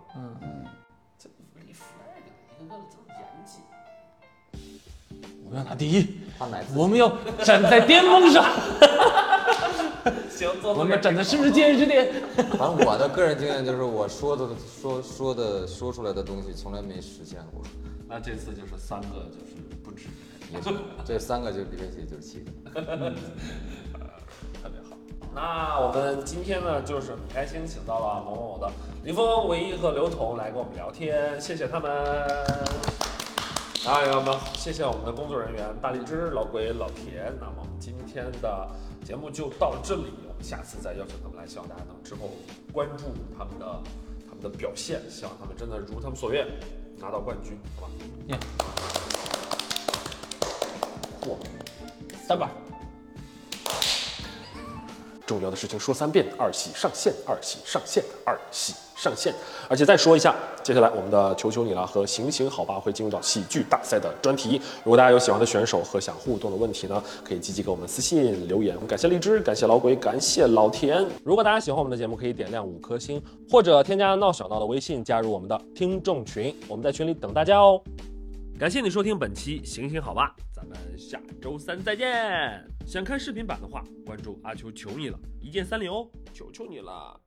G: 立 flag，一个个的这么严谨。
E: 我们要拿第一，
D: 他哪次
E: 我们要站在巅峰上，
G: 行，
E: 我们要站在世界之巅。
D: 反正我的个人经验就是，我说的说说的说出来的东西从来没实现过，
G: 那这次就是三个，就是不止，
D: 也是这三个就比这些就是七个。
G: 特别好。那我们今天呢，就是很开心，请到了某某的林峰、唯一和刘彤来跟我们聊天，谢谢他们。然后也我们谢谢我们的工作人员大荔枝、老鬼、老田。那么我们今天的节目就到这里，我们下次再邀请他们来，希望大家能之后关注他们的他们的表现，希望他们真的如他们所愿拿到冠军，好吧？
E: 三板，
B: 重要的事情说三遍，二喜上线，二喜上线，二喜上线。而且再说一下，接下来我们的“求求你了”和“行行好吧”会进入到喜剧大赛的专题。如果大家有喜欢的选手和想互动的问题呢，可以积极给我们私信留言。我们感谢荔枝，感谢老鬼，感谢老田。如果大家喜欢我们的节目，可以点亮五颗星，或者添加闹小闹的微信，加入我们的听众群，我们在群里等大家哦。
A: 感谢你收听本期《行行好吧》，咱们下周三再见。想看视频版的话，关注阿球求你了，一键三连哦，求求你了。